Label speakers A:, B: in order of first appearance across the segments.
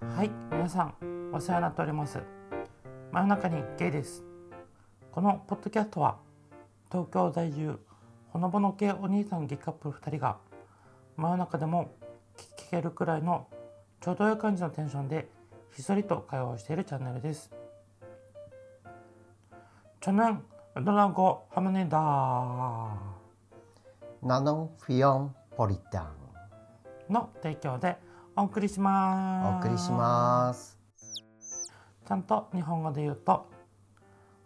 A: はい、皆さんお世話になっております。真夜中にゲイです。このポッドキャストは東京在住ほのぼの系お兄さんゲイカップル2人が真夜中でも聞けるくらいのちょうどいい感じのテンションでひっそりと会話をしているチャンネルです。チョナンドラゴハムネダ
B: ナノンフィオンポリタン
A: ーの提供でお送りしま
B: お
A: す。
B: 送りします
A: ちゃんと日本語で言うと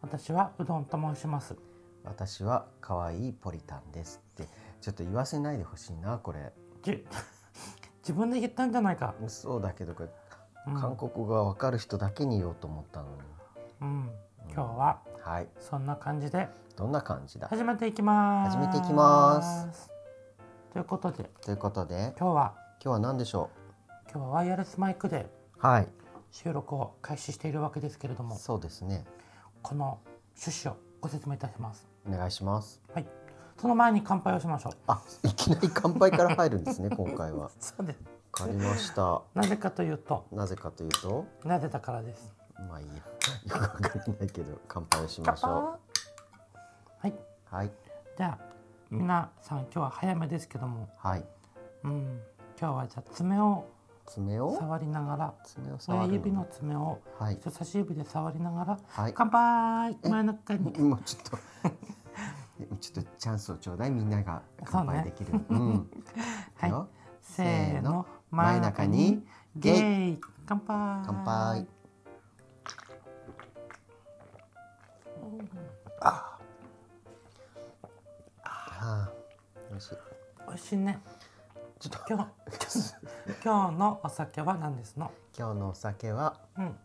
A: 私はうどんと申します
B: 私は可愛いポリタンですってちょっと言わせないでほしいなこれ
A: じ 自分で言ったんじゃないか、
B: そうだけどこれ
A: うん
B: 韓国語がわかる人だけに言おうと思ったのに
A: うん、今日は
B: はい
A: そんな感じで
B: どんな感じだ
A: 始めていきます
B: 始めていきます
A: ということで
B: ということで
A: 今日は
B: 今日は何でしょ
A: 今日はワイヤレスマイクで
B: うはい
A: 収録を開始しているわけですけれども
B: そうですね
A: この趣旨をご説明いたします
B: お願いします
A: はいその前に乾杯をしましょう
B: あいきなり乾杯から入る んですね今回はわ
A: そうです
B: かりました
A: なぜかというと
B: なぜかというと
A: なぜだからです
B: まあいいやよくわからないけど乾杯をし
A: 乾
B: まし
A: 杯
B: ょ
A: はいう
B: はい
A: じゃあ皆さん今日は早めですけども、
B: はい
A: うん、今日はじゃあ爪を
B: 爪を
A: 触りながら
B: 爪を触
A: 親
B: る
A: 指の爪を
B: はい
A: 人差し指で触りながら
B: はい
A: 乾杯真ん中に
B: 今ちょっと ちょっとチャンスをちょうだいみんなが乾杯できるうん
A: はい
B: よ
A: せー
B: せーの
A: の真ん中に
B: 真ん中
A: ゲイ乾杯
B: 乾杯ああ美味しい
A: 美味しいね
B: ちょっと
A: 今日今日のお酒は何ですの
B: 今日のお酒は
A: うん、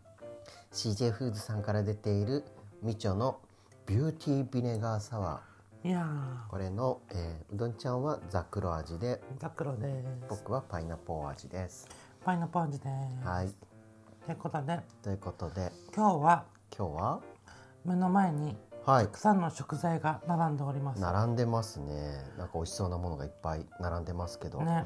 B: CJ フーズさんから出ているみちょのビューティービネガーサワ
A: いや
B: ーこれの、えーうどんちゃんはザクロ味で
A: ーザクロです
B: 僕はパイナポー味です
A: パイナポージです、
B: はい
A: ということで
B: ということで
A: 今日は
B: 今日は
A: 目の前に
B: はい
A: たくさんの食材が並んでおります
B: 並んでますねなんか美味しそうなものがいっぱい並んでますけど、
A: ね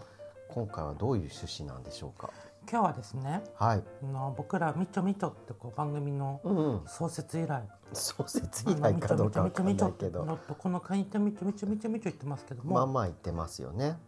B: 今回はどういう趣旨なんでしょうか
A: 今日はですね
B: はい、
A: あの僕ら「みちょみちょ」ってこう番組の
B: うん、
A: 創設以来
B: 創設以来かどうかわかんないけ
A: あ
B: ど
A: のどこの会員ってみちょみちょみちょみちょ言ってますけども、
B: まあまあ言ってますよね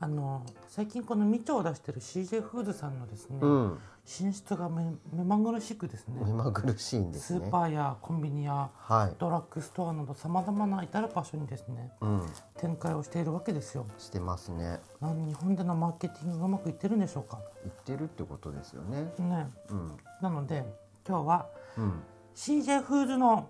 A: あの最近このみちょを出してる CJ フーズさんのですね、
B: うん
A: 進出がめ目まぐるしくですね
B: 目まぐるしいんで
A: ス
B: すね
A: ーパーやコンビニや
B: はい、
A: ドラッグストアなどさまざまな至る場所にですね
B: うん、
A: 展開をしているわけですよ
B: してますね
A: なん日本でのマーケティングがうまくいってるんでしょうか
B: 言ってるってことですよね
A: ね
B: うん
A: なので今日は
B: うん
A: CJ フーズの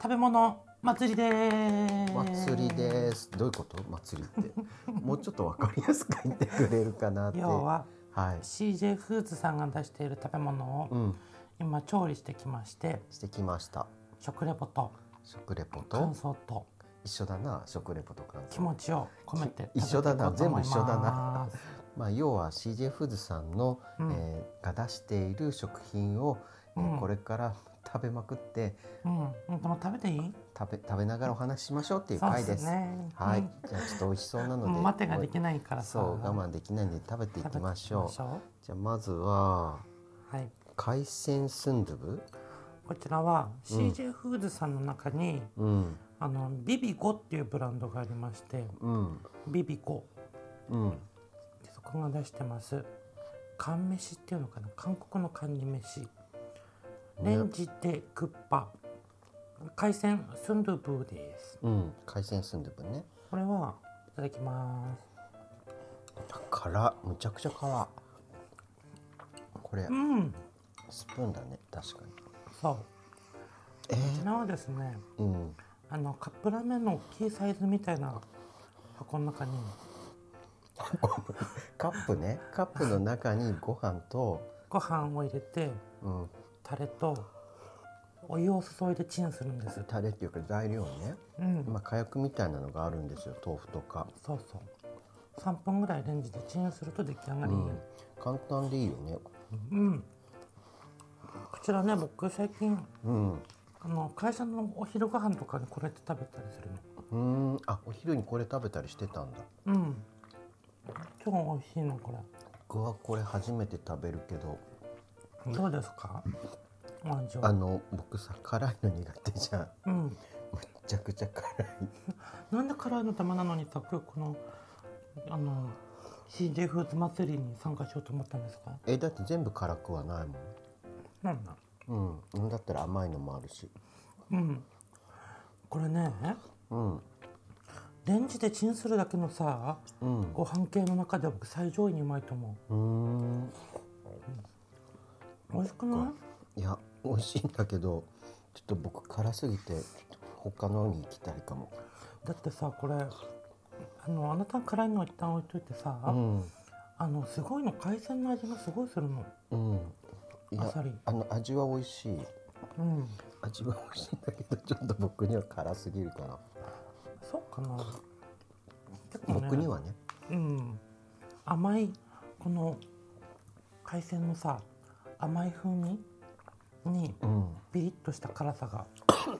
A: 食べ物祭りでーす
B: 祭り
A: す
B: ですどういうこと祭り ってもうちょっとわかりやすく言ってくれるかなって
A: 要は
B: はい
A: CJ フーズさんが出している食べ物
B: う
A: を
B: ん
A: 今調理してきまして
B: してきました
A: 食レポと
B: 食レポ
A: 感
B: と
A: 想と
B: 一緒だな食レポと感
A: 気
B: 想
A: 持ちを込めて
B: 一緒だな
A: 食べていこうと思い
B: 全部一緒だ
A: ま
B: な
A: す
B: まあ、要は CJ フーズさんの、
A: うん
B: えーが出している食品を、えー
A: うん
B: これから 食べまくって
A: うんでも食べていい
B: 食べ食べながらお話ししましょうっていう
A: そう
B: 回です。
A: ね
B: はい、
A: うん
B: じゃあちょっと美味しそうなので
A: もう待てができないからさ
B: そう我慢できないんで食べていきましょう。
A: 食べていきましょ
B: じゃあまずは
A: うはい
B: 海鮮スンドゥブ、
A: こちらは
B: うん
A: CJ フーズさんの中に
B: うん
A: あのビビゴっていうブランドがありまして
B: うん
A: ビビゴ
B: うん、
A: でそこが出してます缶飯っていうのかな韓国の缶に飯レンジでクッパ海鮮スンドゥブです
B: うん、海鮮スンドゥブね。
A: これはいただきます
B: 辛っむちゃくちゃ辛っ。これ
A: うん
B: スプーンだね確かに。
A: そう
B: え
A: こちらはですね
B: ー、うん
A: あのカップラーメンの大きいサイズみたいな箱の中に
B: カップねカップの中にご飯と、
A: ご飯を入れて
B: うん、
A: タレとお湯を注いでチンするんです
B: タレっていうか材料ね、
A: うん
B: まあ、火薬みたいなのがあるんですよ豆腐とか、
A: そうそう3分ぐらいレンジでチンすると出来上が
B: う
A: り、
B: ん、簡単でいいよね
A: うん、こちらね僕最近
B: うん
A: あの会社のお昼ご飯とかにこれって食べたりする
B: うんあお昼にこれ食べたりしてたんだ
A: のうん超美味しいのこれ
B: 僕はこれ初めて食べるけど
A: どうですかお味
B: あ
A: は
B: の僕さ辛いの苦手じゃん
A: うん
B: むっちゃくちゃ辛い
A: なんで辛いの玉なのにさ今日このあの CJ フーズ祭りに参加しようと思ったんですか
B: えだって全部辛くはないも
A: なんだ
B: んうんなんだったら甘いのもあるし
A: うんこれね
B: うん
A: レンジでチンするだけのさ
B: うん
A: ご飯系の中では僕最上位にうまいと思
B: うーん
A: う美味しくない
B: いや美味しいんだけどちょっと僕辛すぎてちょっと他のに行きたいかも
A: だってさこれあのあなた辛いの一旦置いといてさ、
B: うん
A: あのすごいの海鮮の味がすごいするの
B: うんい
A: あさ
B: や
A: り
B: あの味は美味しい
A: うん
B: 味は美味しいんだけどちょっと僕には辛すぎるかな
A: そうかな結構ね
B: 僕にはね
A: うん甘いこの海鮮のさ甘い風味に
B: うん
A: ピリッとした辛さ が刺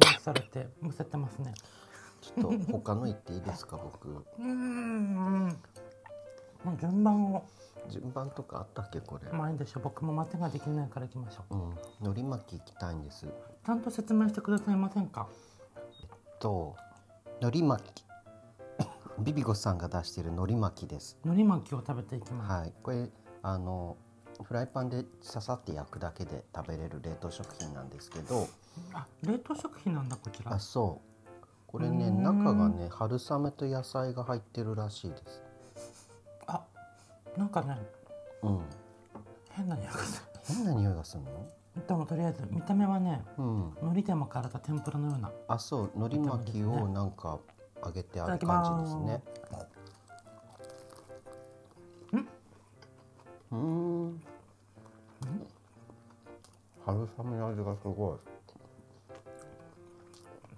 A: 激されてむせてますね
B: ちょっと他の行ってい いですか僕
A: うんもう順番を
B: 順番とかあったっけこれ
A: 前でしょ僕も待てができないから行きましょう
B: うん海苔巻き行きたいんです
A: ちゃんと説明してくださいませんか
B: と海苔巻きビビゴさんが出してる海苔巻きです
A: 海苔巻きを食べていきます、
B: はい、これあのフライパンでささって焼くだけで食べれる冷凍食品なんですけど
A: あ冷凍食品なんだこちら
B: あそうこれ
A: う
B: ね
A: ーん
B: 中がね春雨と野菜が入ってるらしいです
A: あなんかね
B: うん
A: 変な匂いがす
B: 変な匂いがするの
A: るでもとりあえず見た目はね
B: うん
A: 海苔で巻かれた天ぷらのような
B: あそう海苔巻きをなんか揚げてある感じですねうーん春雨の味がすごい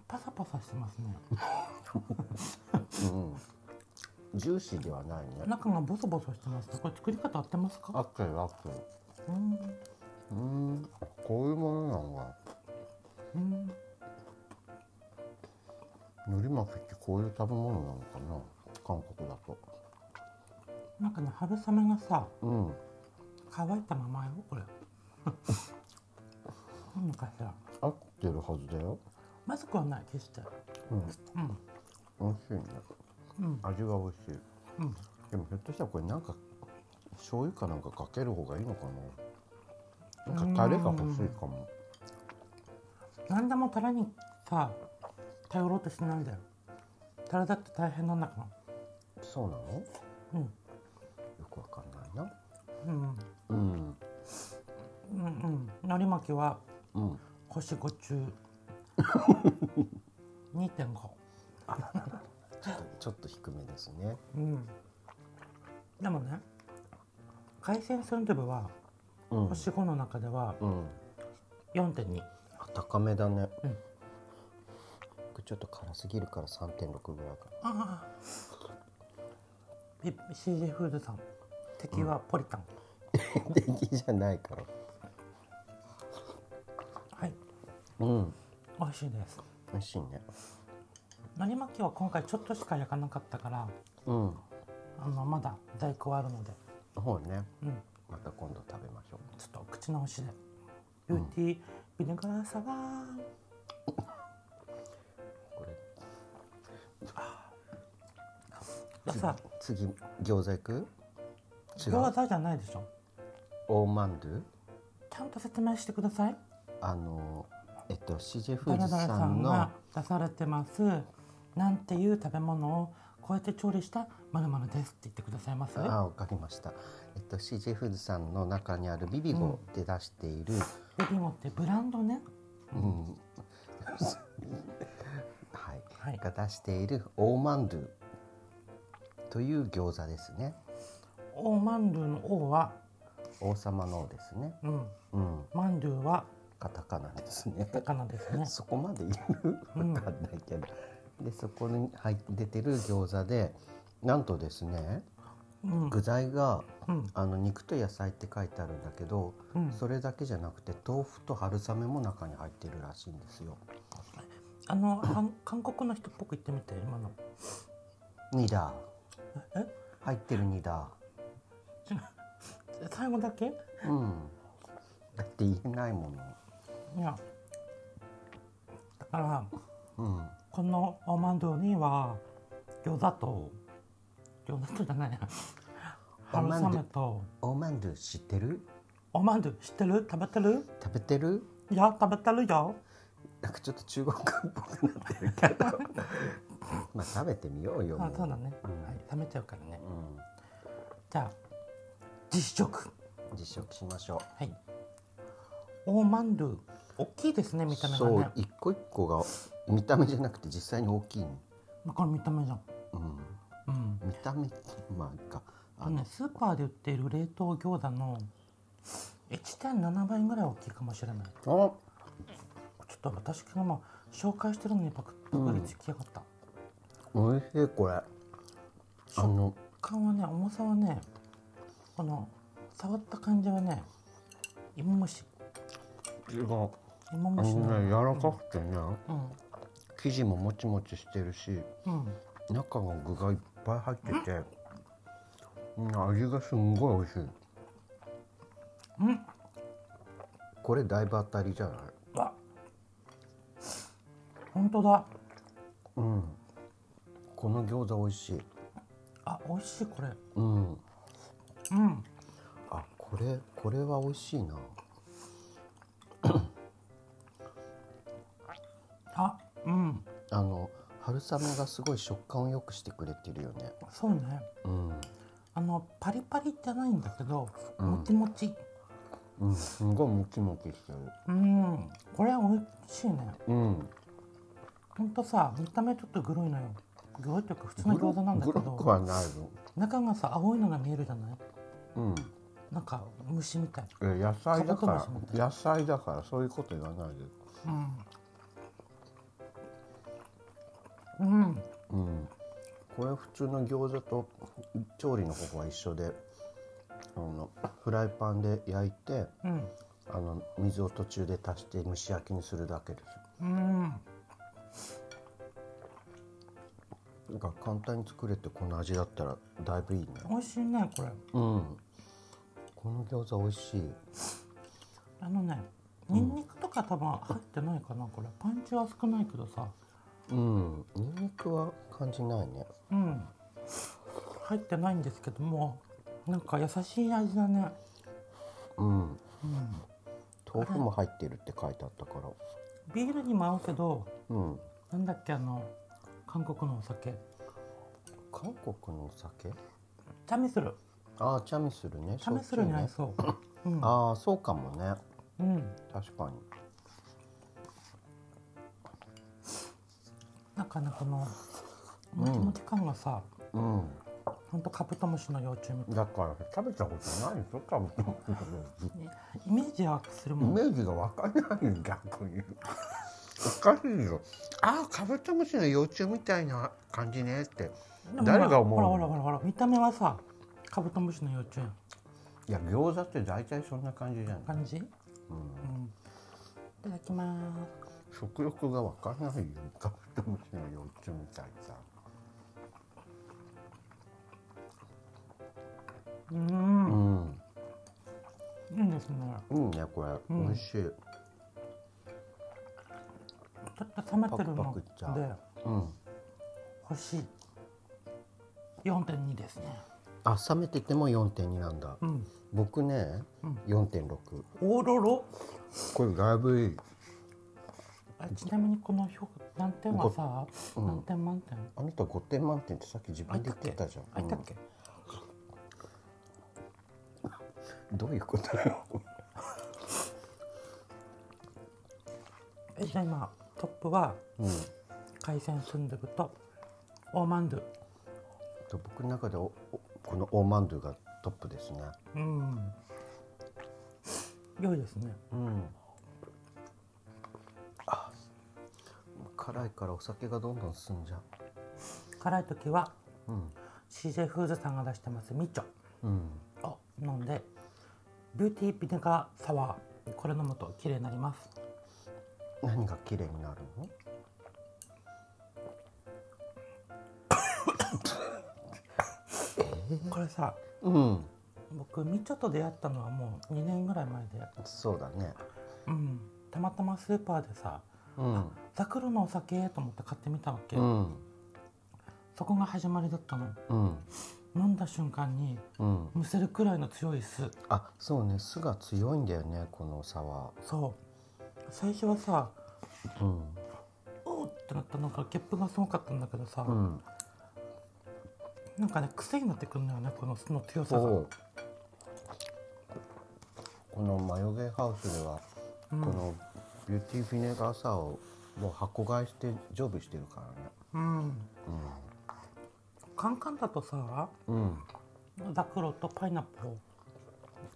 A: パサパサしてますね
B: うんジューシーではないね
A: 中がボソボソしてますねこれ作り方合ってますか
B: アクセルアクセル
A: うん
B: うーんこういうものなんだ
A: うん
B: 海苔巻きってこういう食べ物なのかな韓国だと
A: なんかね春雨がさ
B: うん
A: 乾いたままよこれ 何かしら
B: 合ってるはずだよ
A: まずくはない決して
B: うん
A: うん
B: 美味しいね
A: うん
B: 味は美味しい
A: うん
B: でもひょっとしたらこれなんか醤油かなんかかける方がいいのかななんかタレが欲しいかも
A: 何でもタラにさ頼ろうとしないんだよタラだって大変なんだか
B: そうなのよ
A: らうん
B: くわかんないな
A: うん
B: うん
A: うんうん海苔巻きは
B: うん
A: 星5中2.5
B: ちょっとちょっと低めですね
A: うんでもね海鮮スンドゥブは
B: うん、
A: 星5の中では
B: うん、
A: 4.2
B: あ高めだね、
A: うん
B: 僕ちょっと辛すぎるから3.6ぐらいかな
A: ああビ CJ フードさん敵はポリタン、
B: 敵じゃないから
A: はい
B: うん
A: 美味しいです
B: 美味しいね
A: 海苔巻きは今回ちょっとしか焼かなかったから
B: うん
A: あのまだ在庫はあるので
B: そうね
A: うん
B: また今度食べましょ
A: ちょっと口直しでビューティービネガーサワー
B: うこれ
A: でさ
B: 次餃子行く違
A: 餃
B: う
A: 子じゃないでしょ
B: オーマンドゥ
A: ちゃんと説明してください
B: あのえっと CJ フ
A: ダ
B: ー
A: ラ
B: ズ
A: ダラ
B: さ
A: さん
B: んの
A: が出されてますなんていう食べ物をこうやって調理したまるまるですって言ってくださいます
B: あわかりましたえっと CJ フーズさんの中にあるビビゴで出している
A: ベビモってブランドね
B: うん、はい
A: はい
B: が出しているオーマンドゥという餃子ですね
A: オーマンドゥの王は
B: 王様の王ですね
A: うん
B: うん
A: マンドゥは
B: カタカナですね
A: カタカナですね
B: そこまで言う
A: うん
B: わかんないけど、でそこに入って出てる餃子でなんとですね
A: うん
B: 具材が
A: うん
B: あの肉と野菜って書いてあるんだけど、
A: うん
B: それだけじゃなくて豆腐と春雨も中に入ってるらしいんですよ。
A: あのはん韓国の人っぽく言ってみて今の
B: ニダ
A: え
B: ー入ってるニダ
A: 最後だけ
B: ー。うん。だって言えないもの
A: いやだから
B: うん
A: このおまんどには餃子と餃子とじゃないや
B: お
A: 春
B: まんど
A: 雨と
B: オーマンドゥ知ってる
A: おまんど知ってる食べてる
B: 食べてる
A: いや食べてるよ
B: なんかちょっと中国っぽくなってるけど まあ食べてみようよ
A: あ
B: も
A: そうだね、
B: うん
A: はい、冷めちゃうからね
B: うん
A: じゃあ実食
B: 実食しましょう
A: はいおまんど大きいですね見た目が
B: そ
A: ね
B: う一個一個が見た目じゃなくて実際に大きいの、
A: まあこれ見た目じゃん
B: うん、
A: うん
B: 見た目まあか
A: あ
B: あ
A: のね
B: の、
A: スーパーで売っている冷凍餃子の1.7倍ぐらい大きいかもしれないち
B: あ
A: ょっと私が今紹介してるのにパクッとくりつきやがった、
B: おいしいこれあの
A: 食感はね重さはねこの触った感じはね芋虫
B: 違う
A: 芋
B: あ
A: 虫
B: の
A: の
B: ね柔らかくてね、
A: うん
B: 生地ももちもちしてるし
A: うん
B: 中が具がいっぱい入ってて、うん味がすんごい美味しい、
A: うん
B: これだいぶ当たりじゃない
A: あ本当だ
B: うんこの餃子美味しい
A: あ美味しいこれ
B: うん
A: うん
B: あこれこれは美味しいな
A: あうん
B: あの春雨がすごい食感を良くしてくれてるよね
A: そうね
B: うん
A: あのパリパリじゃないんだけど、
B: うん
A: もちもち
B: うんすごいムキムキしてる
A: うんこれ美味しいね
B: うん
A: ほんとさ見た目ちょっとグロいのよグロいというか普通の餃子なんだけ
B: グログロく
A: ど
B: はない
A: 中がさ青いのが見えるじゃない
B: の
A: なんか虫みたい
B: うんえ野菜だ
A: カブト
B: か
A: ムシみたい
B: ら野菜だからそういうこと言わないで
A: うんうん
B: うんこれ普通の餃子と調理の方法は一緒であのフライパンで焼いて
A: うん
B: あの水を途中で足して蒸し焼きにするだけです
A: うん
B: なんか簡単に作れてこの味だったらだいぶいいね
A: 美味しいねこれ
B: うんこの餃子美味しい
A: あのねニンニクとか多分入ってないかなこれパンチは少ないけどさ
B: うんニンニクは感じないね
A: うん入ってないんですけどもなんか優しい味だね
B: うん豆腐も入ってるって書いてあったから
A: ビールにも合うけど
B: うん
A: なんだっけあの韓国のお酒
B: 韓国のお酒
A: チャミスル
B: ああチャミスルね
A: チャミスルに合い
B: 焼酎
A: そう、
B: ねああそうかもね
A: うん、うん、
B: 確かに
A: なんかねこのもちもち感がさ、
B: うん
A: ほんとカブトムシの幼虫みたい
B: だから食べたことないでしょ多分
A: イメージはする
B: イ
A: もん、
B: メージがわかんないよ逆におかしいよああカブトムシの幼虫みたいな感じねって
A: でも
B: 誰が思う
A: ほらほ
B: の
A: らほらほら見た目はさカブトムシの幼虫やん
B: いや餃子って大体そんな感じじゃない
A: 感じ、うんいただきま
B: 食欲がわかんないよカブトムシの幼虫みたいさ
A: ーすうん
B: うん
A: いいですね
B: いいねこれ、
A: うん
B: 美味しい
A: ちょっと冷めてる
B: パクパクいっちゃ
A: の
B: う
A: で
B: うん
A: 星4.2ですね
B: あ冷めてても4.2なんだ、
A: うん
B: 僕ね、4.6
A: おろろ
B: これだいぶいい
A: あちなみにこの評価何点はさ、何点満点
B: あなた5点満点ってさっき自
A: あい
B: 分で
A: た
B: 言
A: っ
B: っ
A: け
B: てたじゃん
A: あいたっけ、
B: うんどういうことだよ
A: えじゃあ今トップは
B: うん
A: 海鮮スンドゥブとオーマンドゥ
B: と僕の中でおおこのオーマンドゥがトップですね
A: うん良いですね
B: うんあ辛いからお酒がどんどん進んじゃ
A: 辛い時は
B: ううん
A: CJ フーズさんが出してますミッチョ
B: うん
A: を飲んでビューティービネガーサワーこれ飲むと綺麗になります
B: 何が綺麗になるの
A: これさ
B: うん
A: 僕みちょと出会ったのはもう2年ぐらい前で、
B: そうだね
A: うん、たまたまスーパーでさ
B: うん
A: ザクロのお酒と思って買ってみたわけ、
B: うん
A: そこが始まりだったの
B: うん
A: 飲んだ瞬間に
B: うん
A: むせるくらいの強い酢
B: あそうね酢が強いんだよねこのサワ
A: そう最初はさ
B: ーうん
A: おーってなったのがゲップがすごかったんだけどさ、
B: うん
A: なんかね癖になってくるんだよねこの酢の強さが、
B: そうこのマヨゲーハウスでは
A: う
B: こ
A: ん
B: のビューティーフィネガーサーをもう箱買いして常備してるからね
A: うん、カンカンだとさ
B: うん、うん、
A: ザクロとパイナップル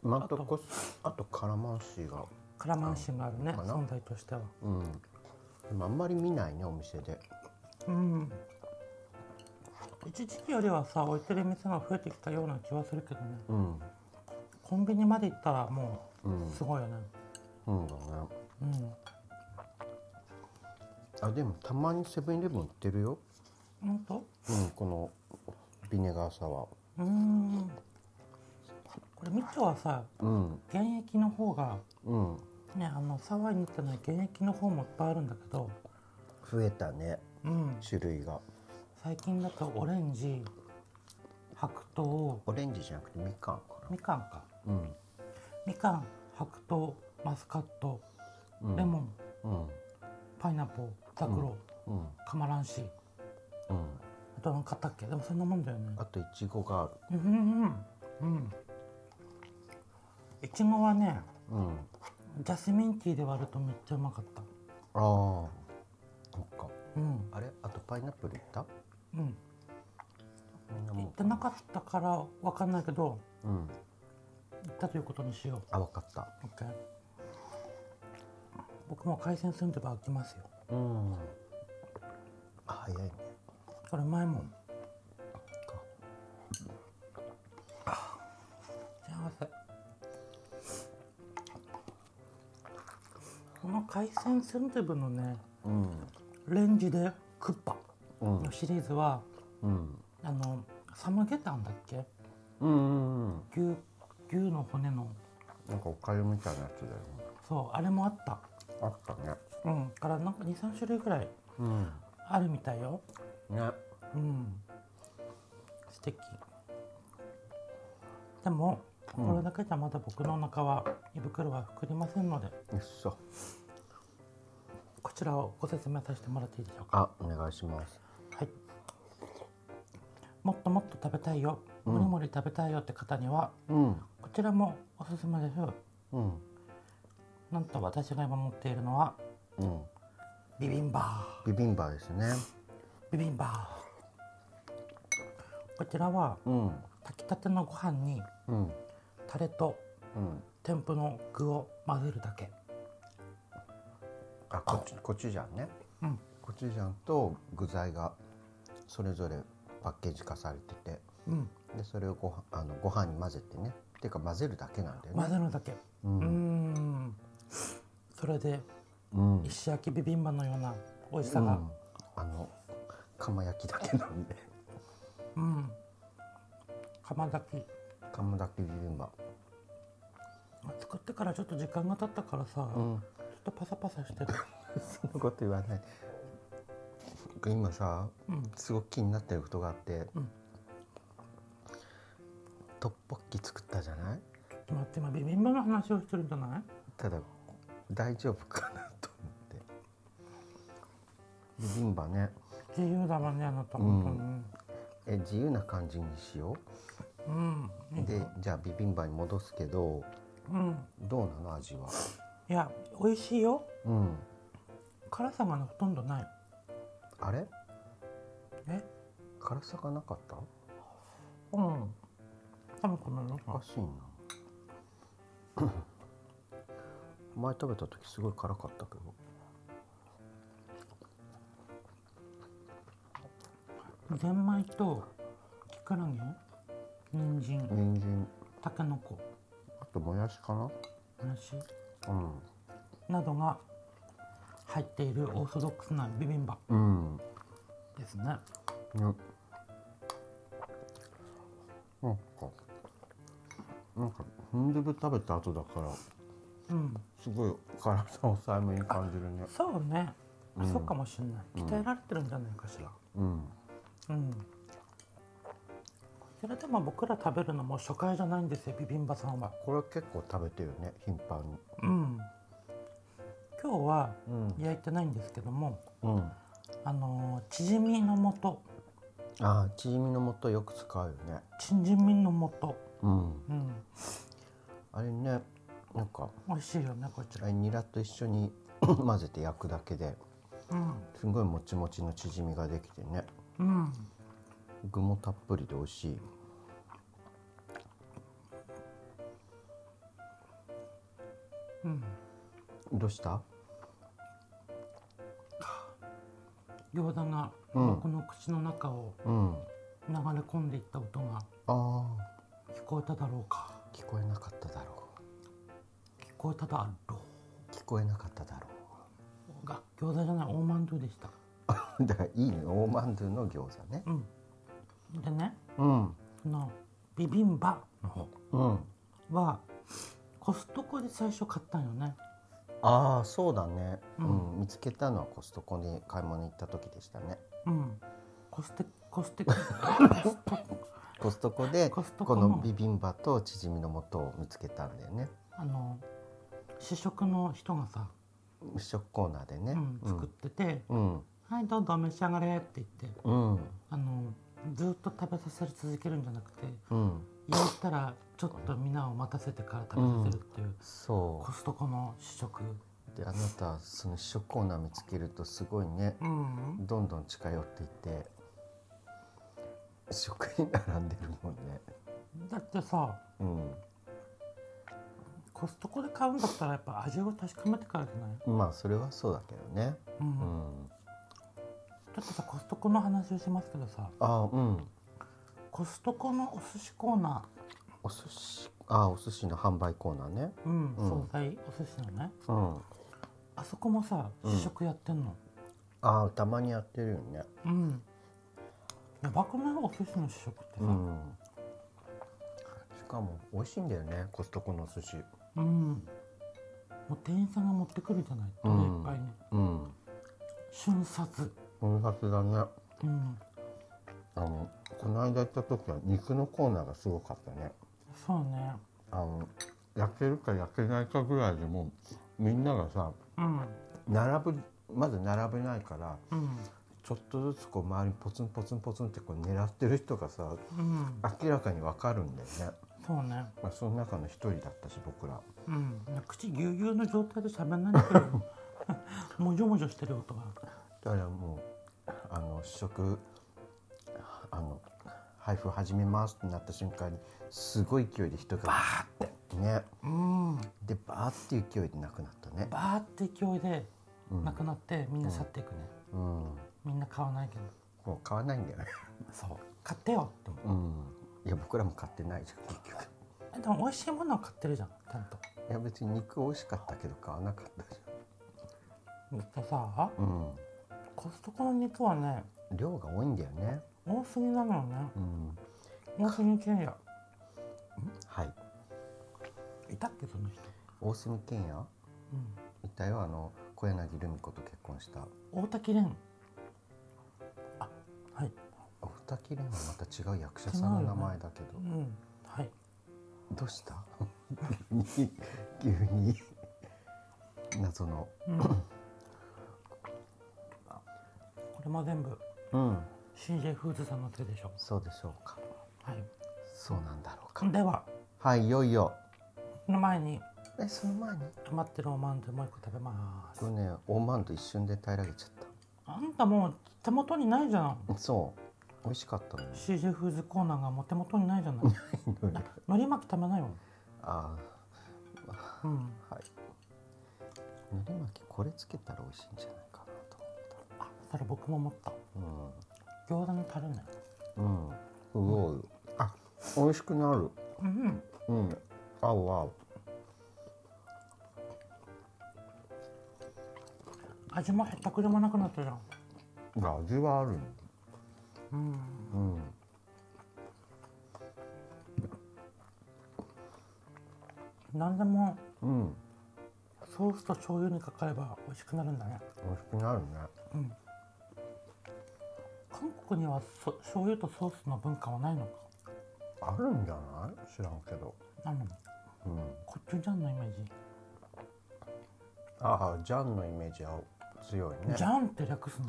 B: 今んとこあとカラマンシーが
A: カラマンシンがあるね
B: かな
A: 存在としては
B: うんでもあんまり見ないねお店で
A: うん一時期よりはさ置いてる店が増えてきたような気はするけどね
B: うん
A: コンビニまで行ったらも
B: うん
A: うすごいよね
B: うんだね
A: うん
B: あでもたまにセブンイレブン売ってるよ
A: ほんと
B: うんこのビネガーサワ
A: うーんこれみちょはさ
B: ーうん
A: 現役の方が
B: うん
A: ねあのサワーになってない現役の方もいっぱいあるんだけど
B: 増えたね
A: うん
B: 種類が
A: 最近だとオレンジ白桃
B: オレンジじゃなくてみかんか
A: みかんか
B: なうん
A: みかん白桃マスカット
B: うん
A: レモン
B: うん
A: パイナップルザクロ、
B: うん
A: カマランシー
B: うん
A: あと何かあったっけでもそんなもんだよね
B: あとイチゴがある
A: うんうんうんうんいちごはね
B: うん
A: ジャスミンティーで割るとめっちゃうまかった
B: あーそっか
A: うん
B: あれあとパイナップルいった
A: うん
B: みんな
A: 行
B: も
A: ってなかったからわかんないけど
B: ううん
A: 行ったということにしよ
B: あわかった
A: う OK 僕も海鮮すんでば飽きますよ
B: うんあ早いね
A: これ前も
B: か
A: 幸せこの海鮮スンドゥブのね
B: うん
A: レンジでクッパ
B: うん
A: のシリーズは、
B: うん
A: あのサムゲタンだっけ
B: うんうんうん
A: 牛牛の骨の
B: なんかおかゆみたいなやつだよね
A: そうあれもあった
B: あったね
A: うんからなんか23種類ぐらい
B: うん
A: あるみたいよ
B: ね
A: うん素敵でもこれだけじゃまだ僕のお腹は胃袋は膨りませんので
B: よっしょ
A: こちらをご説明させてもらっていいでしょうか
B: あお願いします
A: はい、もっともっと食べたいよ、もりもり食べたいよって方には
B: うん
A: こちらもおすすめです
B: うん
A: なんと私が今持っているのは
B: うん
A: ビビンバ
B: ビビンバですね
A: ビビンバこちらは
B: うん
A: 炊きたてのご飯に
B: うん
A: タレと
B: うん
A: 天ぷの具を混ぜるだけ
B: あコチコチュジャンね
A: うん
B: コチュジャンと具材がそれぞれパッケージ化されてて
A: うん
B: でそれをご飯あのご飯に混ぜてねっていうか混ぜるだけなんだよね
A: 混ぜるだけ
B: う
A: うー
B: ん
A: んそれで
B: うん
A: 石焼きビビンバのような美味しさが、
B: うんあの釜焼きだけなんで
A: うん、釜炊き
B: 釜炊きビビンバ
A: 作ってからちょっと時間が経ったからさ、
B: う
A: ちょ
B: ん
A: っとパサパサしてる
B: そんなこと言わない僕今さ
A: うん
B: すごく気になってることがあって、
A: うん
B: トッポッキ作ったじゃない
A: 待って今ビビンバの話をしてるんじゃない
B: ただ大丈夫かなと思ってビビンバね
A: 自由だわねあなた本
B: え自由な感じにしよ
A: 当にうん、
B: うでじゃあビビンバに戻すけど
A: うん、
B: どうなの味はい
A: や美味しいよ
B: うん
A: 辛さがねほとんどない
B: あれ
A: え
B: 辛さがなかった
A: うん多分このよ
B: おかしいな 前食べた時すごい辛かったけど
A: ゼンマイときくらげ人参
B: 人参
A: たけのこ
B: あともやしかな
A: 話
B: うん
A: などが入っているオーソドックスなビビンバ
B: うん
A: ですね
B: ねなんかなんかフンドゥブ食べた後だから
A: うん
B: すごい体を抑えめに感じるね
A: そうね、あ
B: うん
A: そうかもしれない鍛えられてるんじゃないかしら
B: うん
A: うんそれでも僕ら食べるのも初回じゃないんですよビビンバさんは
B: これは結構食べてるね頻繁に
A: うん今日は
B: うん、
A: 焼いてないんですけども
B: うん、あ
A: あのーチヂミの素
B: あチヂミの素よく使うよね
A: チヂミの素
B: うん
A: うん
B: あれねなんか
A: 美味しいよねこち
B: あ
A: ら
B: れニラと一緒に 混ぜて焼くだけで
A: うん
B: すごいもちもちのチヂミができてね
A: うん
B: 具もたっぷりで美味しい
A: うん
B: どうした
A: 餃子が
B: うん
A: 僕の口の中を
B: うんあ
A: 流れ込んでいった音が
B: あ
A: 聞こえただろうか
B: 聞こえなかっただろ
A: 聞こえただろ
B: う聞こえなかっただろ
A: うが餃子じゃないオーマンドゥでした
B: う だからいいねオーマンドゥの餃子ね
A: うんでね
B: うん
A: そのビビンバの方
B: うん
A: はコストコで最初買ったんよね
B: ああそうだね、
A: う
B: うんん見つけたのはコストコに買い物に行った時でしたね
A: うんコステコステコスト
B: コストコで
A: コストコ
B: こ
A: の
B: のビビンバとチヂミの素を見つけたんだよね
A: あの試食の人がさ、
B: 試食コーナーでね
A: うん、作ってて
B: うん
A: 「はいどうぞお召し上がれ」って言って
B: うんうん
A: あのずっと食べさせ続けるんじゃなくて
B: うん
A: 焼いたらちょっとみんなを待たせてから食べさせるっていう、
B: そ
A: コストコの試食
B: うであなたその試食コーナー見つけるとすごいね
A: うん
B: どんどん近寄っていって試食に並んでるもんね
A: だってさ
B: う
A: コストコで買うんだったらやっぱ味を確かめてからじゃない、
B: んまあそれはそうだけどね
A: うん
B: うん
A: ちょっとさコストコの話をしますけどさ
B: あーうん
A: コストコのお寿司コーナ
B: お寿司あーお寿司の販売コーナーね
A: ー、うん
B: うん
A: 惣菜お寿司のね
B: うん
A: あそこもさ
B: うん
A: 試食やってんの
B: ああたまにやってるよね
A: うん、やばくないお寿司の試食ってさ
B: うんしかも美味しいんだよねコストコのお寿司
A: うん、もう店員さんが持ってくるじゃない
B: うん
A: いっぱいに
B: うん
A: 瞬殺
B: 本格だね
A: うん
B: あのこの間行った時は肉のコーナーがすごかったね
A: そうね
B: あの焼けるか焼けないかぐらいでもうみんながさ
A: うん
B: 並ぶまず並べないから
A: うん
B: ちょっとずつこう周りにポツンポツンポツンってこう狙ってる人がさ
A: うん
B: 明らかに分かるんだよね、
A: そうね
B: まあ、その中の一人だったし僕ら
A: うん口ぎゅうぎゅうの状態で喋んないんだけ どもじょもじょしてる音が
B: だからもうあの試食あの配布始めますってなった瞬間にすごい勢いで人がバーってね
A: うん
B: でバーっていう勢いでなくなったね
A: バーって勢いで
B: うん
A: なくなってみんな去っていくね、
B: うん
A: みんな買わないけど
B: もう買わないんだよね
A: そう買ってよって思
B: うんいや僕らも買ってないじゃん結局
A: うえでも美味しいものは買ってるじゃんちゃんと
B: いや別に肉美味しかったけど買わなかったじ
A: だってさ
B: ゃん
A: コストコの肉はね
B: うん量が多いんだよね
A: 多すぎなのよね
B: うん
A: 多すぎけんや
B: はい
A: いたっけその人
B: 大隅健也
A: う
B: いたよあの小柳ルミ子と結婚した
A: ん大滝蓮あはい
B: お二切れはまた違う役者さんの名前だけど、
A: うんはい
B: どうした 急に急に謎の
A: うん、 これも全部
B: うん
A: CJ フーズさんの手でしょ
B: そうでしょうか
A: はい
B: そうなんだろうか、
A: では
B: はいいよいよ
A: その前に
B: えその前に
A: 余ってるおまんでもう一個食べます
B: これねオーマンド一瞬で平らげちゃっ
A: あんたもう手元にないじゃん
B: たそう美味しかったの
A: CJ フーズコーナーがもう手元にないじゃない
B: に
A: 海苔巻き食べなよ
B: あ
A: うん
B: あはいのり巻きこれつけたら美味しいんじゃないかなと
A: あそれ僕も思った
B: 思っ
A: 餃子のタレね
B: たうんうんすごいあ美味しくなる
A: うん
B: うん合う合う
A: 味もへったくれもなくなったじゃん
B: が味はある
A: うん
B: うん
A: 何でも
B: うん
A: ソースと醤油にかかれば美味しくなるんだね
B: 美味しくなるね
A: 韓国にはそ醤油とソースの文化はないのか
B: あるんじゃない知らんけど
A: あの
B: うん
A: コチュジャンのイメージ、
B: ああジャンのイメージは強いね
A: ジャンって略すの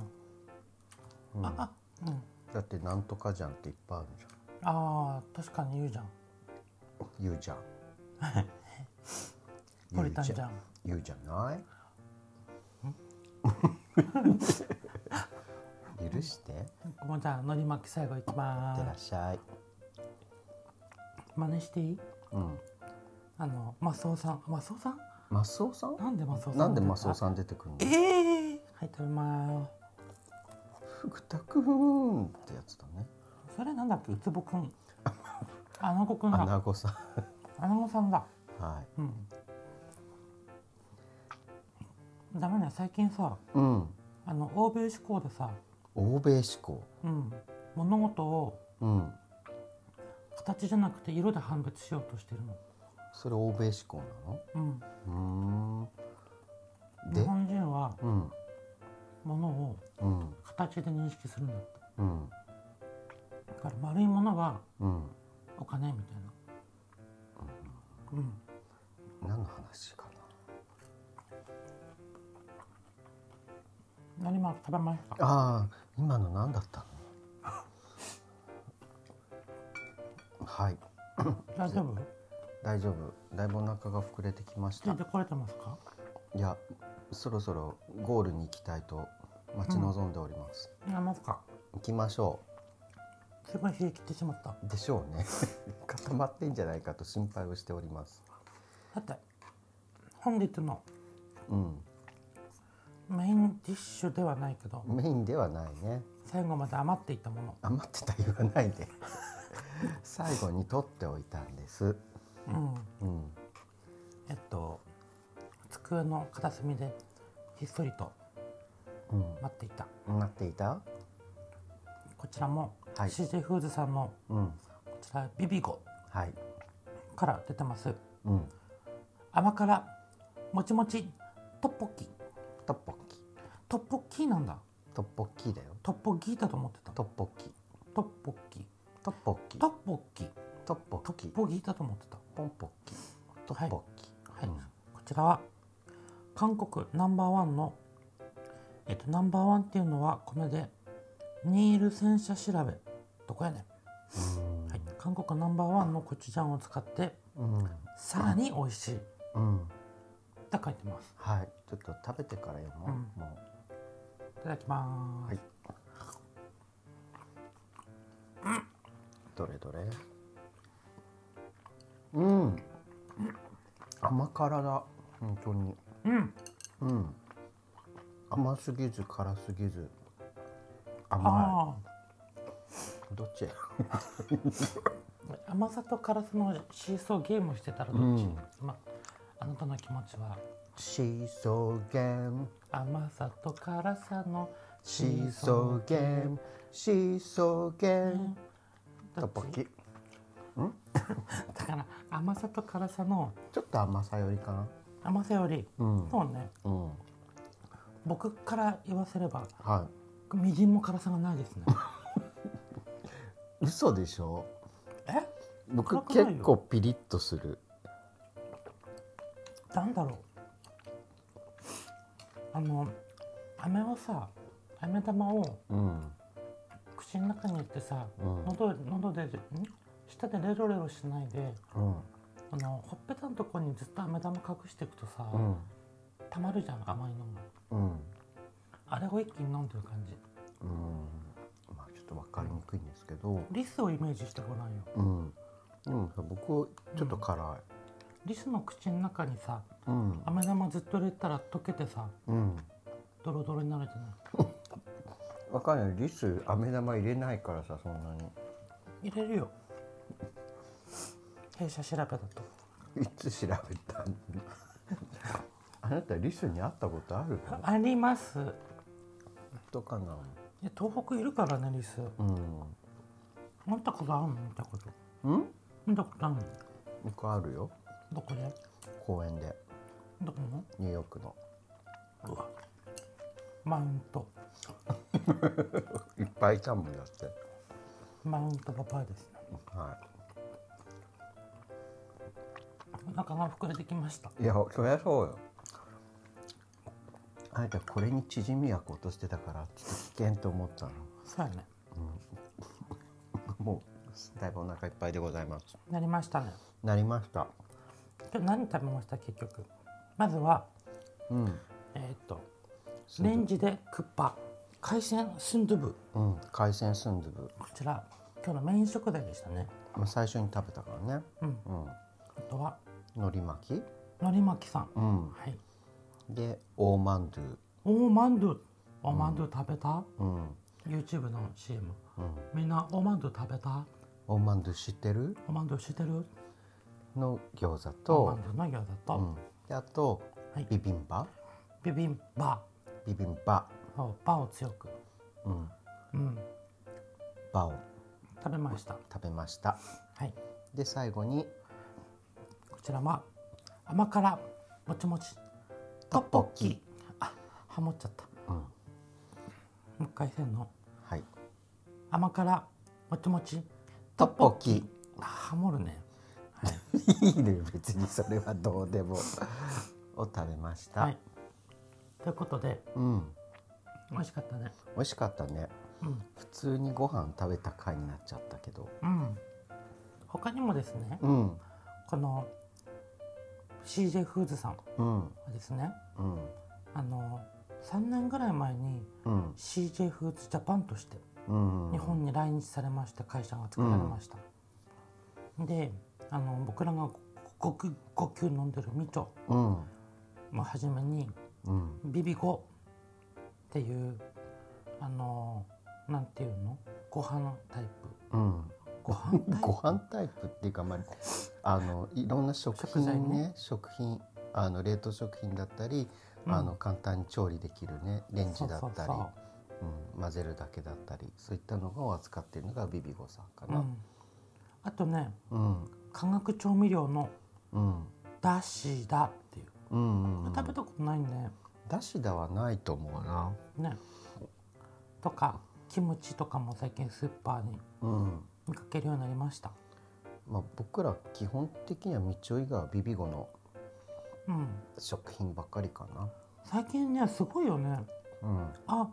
B: うん
A: ああうん
B: だってなんとかジャンっていっぱいあるじゃん
A: あー確かに言うじゃん
B: ゆうちゃん
A: ポリタンジャン
B: ゆうじゃない 許していっ
A: もうじゃあのり巻き最後いき
B: てら
A: ま
B: っしゃい
A: す真似していい
B: うん
A: あのマスオさんマスオさん
B: マスオさん
A: なんでマスオさん
B: なんでマスオ
A: ん
B: さん出てくるの
A: ええー、はい食べま
B: 福田くんってやつだね
A: すそれなんだっけウツボく んアナゴくん
B: ア
A: だ
B: ナゴさ
A: アナゴさんだ
B: んはい
A: うんダメね最近さ
B: うん
A: あの欧米志向でさ、
B: 欧米志向
A: うん、物事を
B: うん
A: 形じゃなくて色で判別しようとしてるの、
B: それ欧米志向なの
A: うん、
B: うーん
A: 日
B: で
A: 本人は
B: うん
A: 物を
B: うん
A: 形で認識するんだって
B: うん
A: だから丸いものは
B: うん
A: お金みたいなうん
B: 何の話か
A: 何も食べました
B: なああ今の何だったのはい
A: 大丈夫
B: 大丈夫だいぶお腹が膨れてきまし
A: つい
B: た
A: てこれてますか
B: いやそろそろゴールに行きたいと待ち望んでおります、
A: いやますか
B: 行きましょ
A: すごい冷え切ってしまった
B: うでしょうね固まってんじゃないかと心配をしております
A: さて本日の
B: うん
A: メインディッシュではないけど
B: メインではないね
A: 最後まで余っていたもの
B: 余ってた言わないで 最後に取っておいたんです
A: うん
B: うん
A: えっと机の片隅でひっそりと
B: う
A: 待っていた
B: んなっていた
A: こちらも、
B: はい
A: CJ フーズさんの
B: うん
A: こちらビビゴ
B: はい
A: から出てます
B: うん
A: 甘辛もちもちトッポッキ
B: トッポッキ
A: トッポッキーなんだ
B: トッポッキだよ
A: トッポギーだと思ってたト
B: トッポッキ
A: ッポッキ
B: トッポッキ
A: ト
B: ト
A: ッポッキ
B: ッポ
A: ト
B: ッキ
A: ッポギーだと思ってた
B: ポンポッキトッポッキ
A: はい、
B: うん
A: こちらは韓国ナンバーワンのえっとナンバーワンっていうのは米でニール戦車調べどこやねん、
B: うん
A: はい、韓国ナンバーワンのコチュジャンを使って
B: うん
A: さらに美味しい
B: うん
A: と書いてます
B: はいちょっと食べてからよもう
A: うん
B: も
A: いただきま
B: う
A: ー
B: は
A: す、
B: いどれどれうん甘辛だ本当に
A: うん
B: うん甘すぎず辛すぎず甘
A: あ
B: いどっち
A: あ甘さと辛さのシーソーゲームしてたらどっち、
B: うん
A: まあなたの気持ちは
B: シーソーゲーム
A: 甘さと辛さの
B: シーソーゲームシーソーゲーム
A: ど
B: トッポ
A: っ
B: ッ
A: ち
B: キ
A: だから甘さと辛さの
B: ちょっと甘さよりかな
A: 甘さより
B: うん
A: そうね
B: うん
A: 僕から言わせれば
B: は
A: みじんも辛さがないです ね
B: い嘘でしょ
A: え辛
B: 僕
A: くない
B: 結
A: よ
B: 構ピリッとする
A: なんだろうあの飴をさ飴玉を
B: うん
A: 口の中に入ってさ
B: うん
A: 喉喉でん舌でレロレロしないで
B: うん
A: あのほっぺたのとこにずっと飴玉隠していくとさ、
B: うん
A: たまるじゃん甘いのが
B: うん
A: あれを一気に飲んでる感じ
B: うんまあちょっとわかりにくいんですけど
A: リスをイメージしてごらんよ
B: うんでもさ僕ちょっと辛
A: リスの口の中にさ
B: いうん
A: 飴玉ずっと入れたら溶けてさ
B: うん
A: ドロドロになるじゃない
B: わかんないリス飴玉入れないからさそんなに
A: 入れるよ弊社調べだと
B: いつ調べたの あなたリスに会ったことあるの
A: あります
B: とかな
A: え東北いるからねリス
B: うん
A: 見たことあるの見たこと
B: うん
A: 見たことあるの
B: 僕あるよ
A: どこで
B: 公園で
A: どこの
B: ニューヨークの
A: うわマウント
B: いっぱいいたもんだって
A: マウントパパですね
B: は
A: お腹が膨れてきました
B: いいやそりゃそうよあえてこれに縮み薬落としてたからちょっと危険と思ったの
A: そうやね
B: もうだいぶお腹いっぱいでございます
A: なりましたね
B: なりました
A: 今日何食べました結局まずは
B: うん
A: えーっとレンジでクッパ海鮮スンドゥブ
B: うん海鮮スンドゥブ
A: こちら今日のメイン食材でしたね
B: まあ最初に食べたからね
A: うん
B: うん
A: あとは
B: 海苔巻き
A: のり巻きさん、
B: うん
A: はい
B: でオーマンドゥ
A: オーマンドゥオーマンドゥ食べた、
B: うん、
A: YouTube の CM
B: うん、
A: みんなオーマンドゥ食べた
B: オーマンドゥ知ってる
A: オーマンドゥ知ってる
B: の餃子
A: オー
B: と
A: マン、ドゥの餃子
B: う
A: と、
B: ん、であと
A: はい
B: ビビンバ
A: ビビンバ
B: ビビンバ
A: をバを強く、
B: うん
A: うん、
B: バを
A: 食べました
B: 食べました
A: はい
B: で最後に
A: こちらは甘辛もちもち
B: トッポッキ
A: あハモっちゃった
B: うん
A: もう一回せんの
B: はい
A: 甘辛もちもち
B: トッポッキ
A: あハモるね
B: いいのよ別にそれはどうでもを食べました、
A: はいということで
B: うん
A: 美味しかったね
B: 美味しかったね
A: うん
B: 普通にご飯食べた回になっちゃったけど
A: うん他にもですね
B: うん
A: この CJ フーズさんは
B: うん
A: ですね
B: うん
A: あの3年ぐらい前に
B: うん
A: CJ フーズジャパンとして
B: うん
A: 日本に来日されまして会社が作られました、であの僕らがごくごきゅ飲んでるみちょ
B: うん
A: もはじめに
B: うん
A: ビビゴっていうあのなんていうのご飯タイプ
B: うん
A: ご飯タイプ
B: ご飯タイプっていうかまああのいろんな食
A: 食材
B: 品ね
A: ね
B: 食品あの冷凍食品だったり、
A: うん
B: あの簡単に調理できるねレンジだったり
A: そうそう
B: うん、混ぜるだけだったりそういったのを扱っているのがビビゴさんか
A: そう、う
B: な。
A: ん、あとね
B: うん、
A: 化学調味料の
B: うん、
A: だしだっていう
B: うん、うん、うん。
A: 食べたことないね
B: だしだはないと思うな。
A: ねとかキムチとかも最近スーパーに
B: うん。
A: 見かけるようになりました
B: まあ僕ら基本的には道ち以外はビビゴの
A: うん
B: 食品ばっかりか
A: 最近ねすごいよね
B: な。
A: あ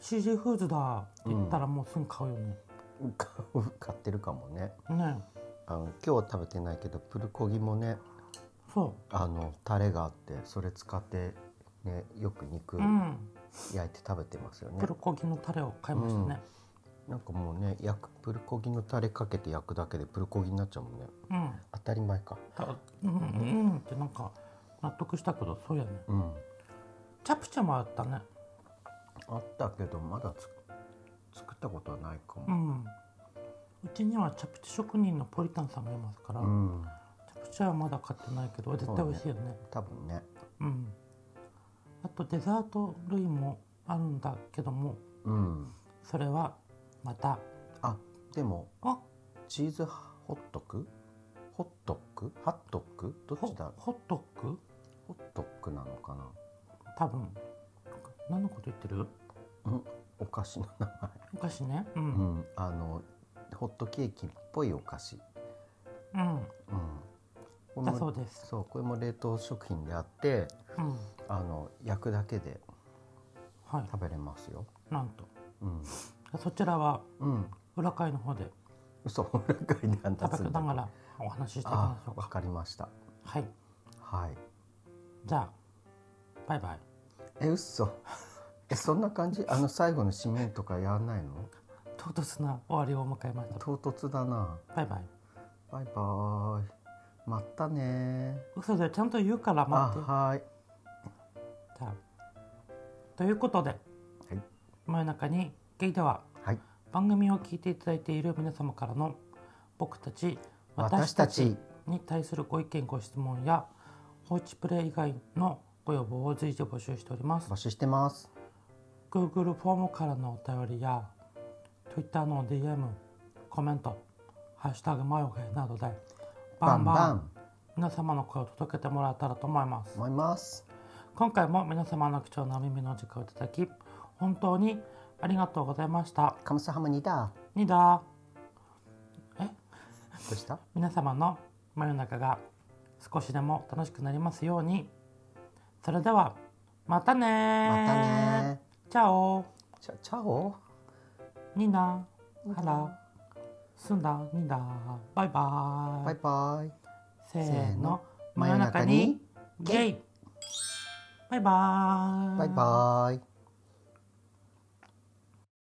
A: CJ フーズだって言ったらもうすぐ買うよね、
B: うん。買う買ってるかもね。
A: ね
B: あの今日は食べてないけどプルコギもね
A: そ
B: あのタレがあってそれ使って、ね、よく肉
A: ううん
B: 焼いて食べてますよね
A: プ、ルコギのタレを買いましたね
B: なんかもうね焼くプルコギのタレかけて焼くだけでプルコギになっちゃうもんね
A: うん、
B: 当たり前か
A: だうんうんうんってなんか納得したけどそうやね
B: うん
A: チャプチャもあったね
B: あったけどまだつ作ったことはないか
A: う
B: も
A: んうちにはチャプチャ職人のポリタンさんがいますから、
B: うん、
A: チャプチャはまだ買ってないけど絶対美味しいよね
B: 多分ね
A: うんあとデザート類もあるんだけども
B: うん
A: それはまた
B: あでも
A: あ
B: チーズホットクホットクハットクどっ
A: ホ
B: ちだ
A: ホットック
B: ホットクなのかな
A: 多分何のこと言ってる
B: うんお菓子の名前
A: お菓子ねうん
B: う
A: うん、
B: ん、あのホットケーキっぽいお菓子、うん、これ
A: だ
B: も
A: そうです
B: そうこれも冷凍食品であって
A: うん
B: あの焼くだけで
A: は
B: 食べれますよ、
A: いなんと
B: うん、
A: そちらは
B: うん、裏
A: 裏会の方で
B: そう裏返りなんだ
A: 食べながらお話ししていきま
B: あ
A: しょう
B: わ
A: か
B: かりました
A: はい
B: はい
A: じゃあバイバイ
B: え嘘えそんな感じあの最後の締めとかやんないの
A: 唐突な終わりを迎えました
B: 唐突だな
A: バイバイ
B: バイバーイまたね
A: 嘘でちゃんと言うから
B: あ
A: 待って
B: はい
A: じゃあということで
B: はい
A: 真夜中にゲイでは
B: はい
A: 番組を聞いていただいている皆様からの僕たち
B: 私たち
A: に対するご意見ご質問や放置プレイ以外のご要望を随時募集しております
B: 募集してます
A: Google フォームからのお便りや Twitter の DM コメント「ハッシュタグマヨゲ」などでバンバン皆様の声を届けてもらえたらと思います
B: 思います
A: 今回も皆様の貴重なお耳のお時間をいただき本当にありがとうございました
B: カムサハムニダ
A: ニダ
B: どうした
A: 皆様の真夜中が少しでも楽しくなりますようにそれではまたね
B: また
A: ー
B: ね
A: チャオ
B: チャチャオ
A: ニナハラスンダニダバイバ
B: バ
A: ーイ
B: イバイ
A: せ
B: せ
A: ー
B: ーの
A: の真夜中にゲイバイバーイ
B: バイバイ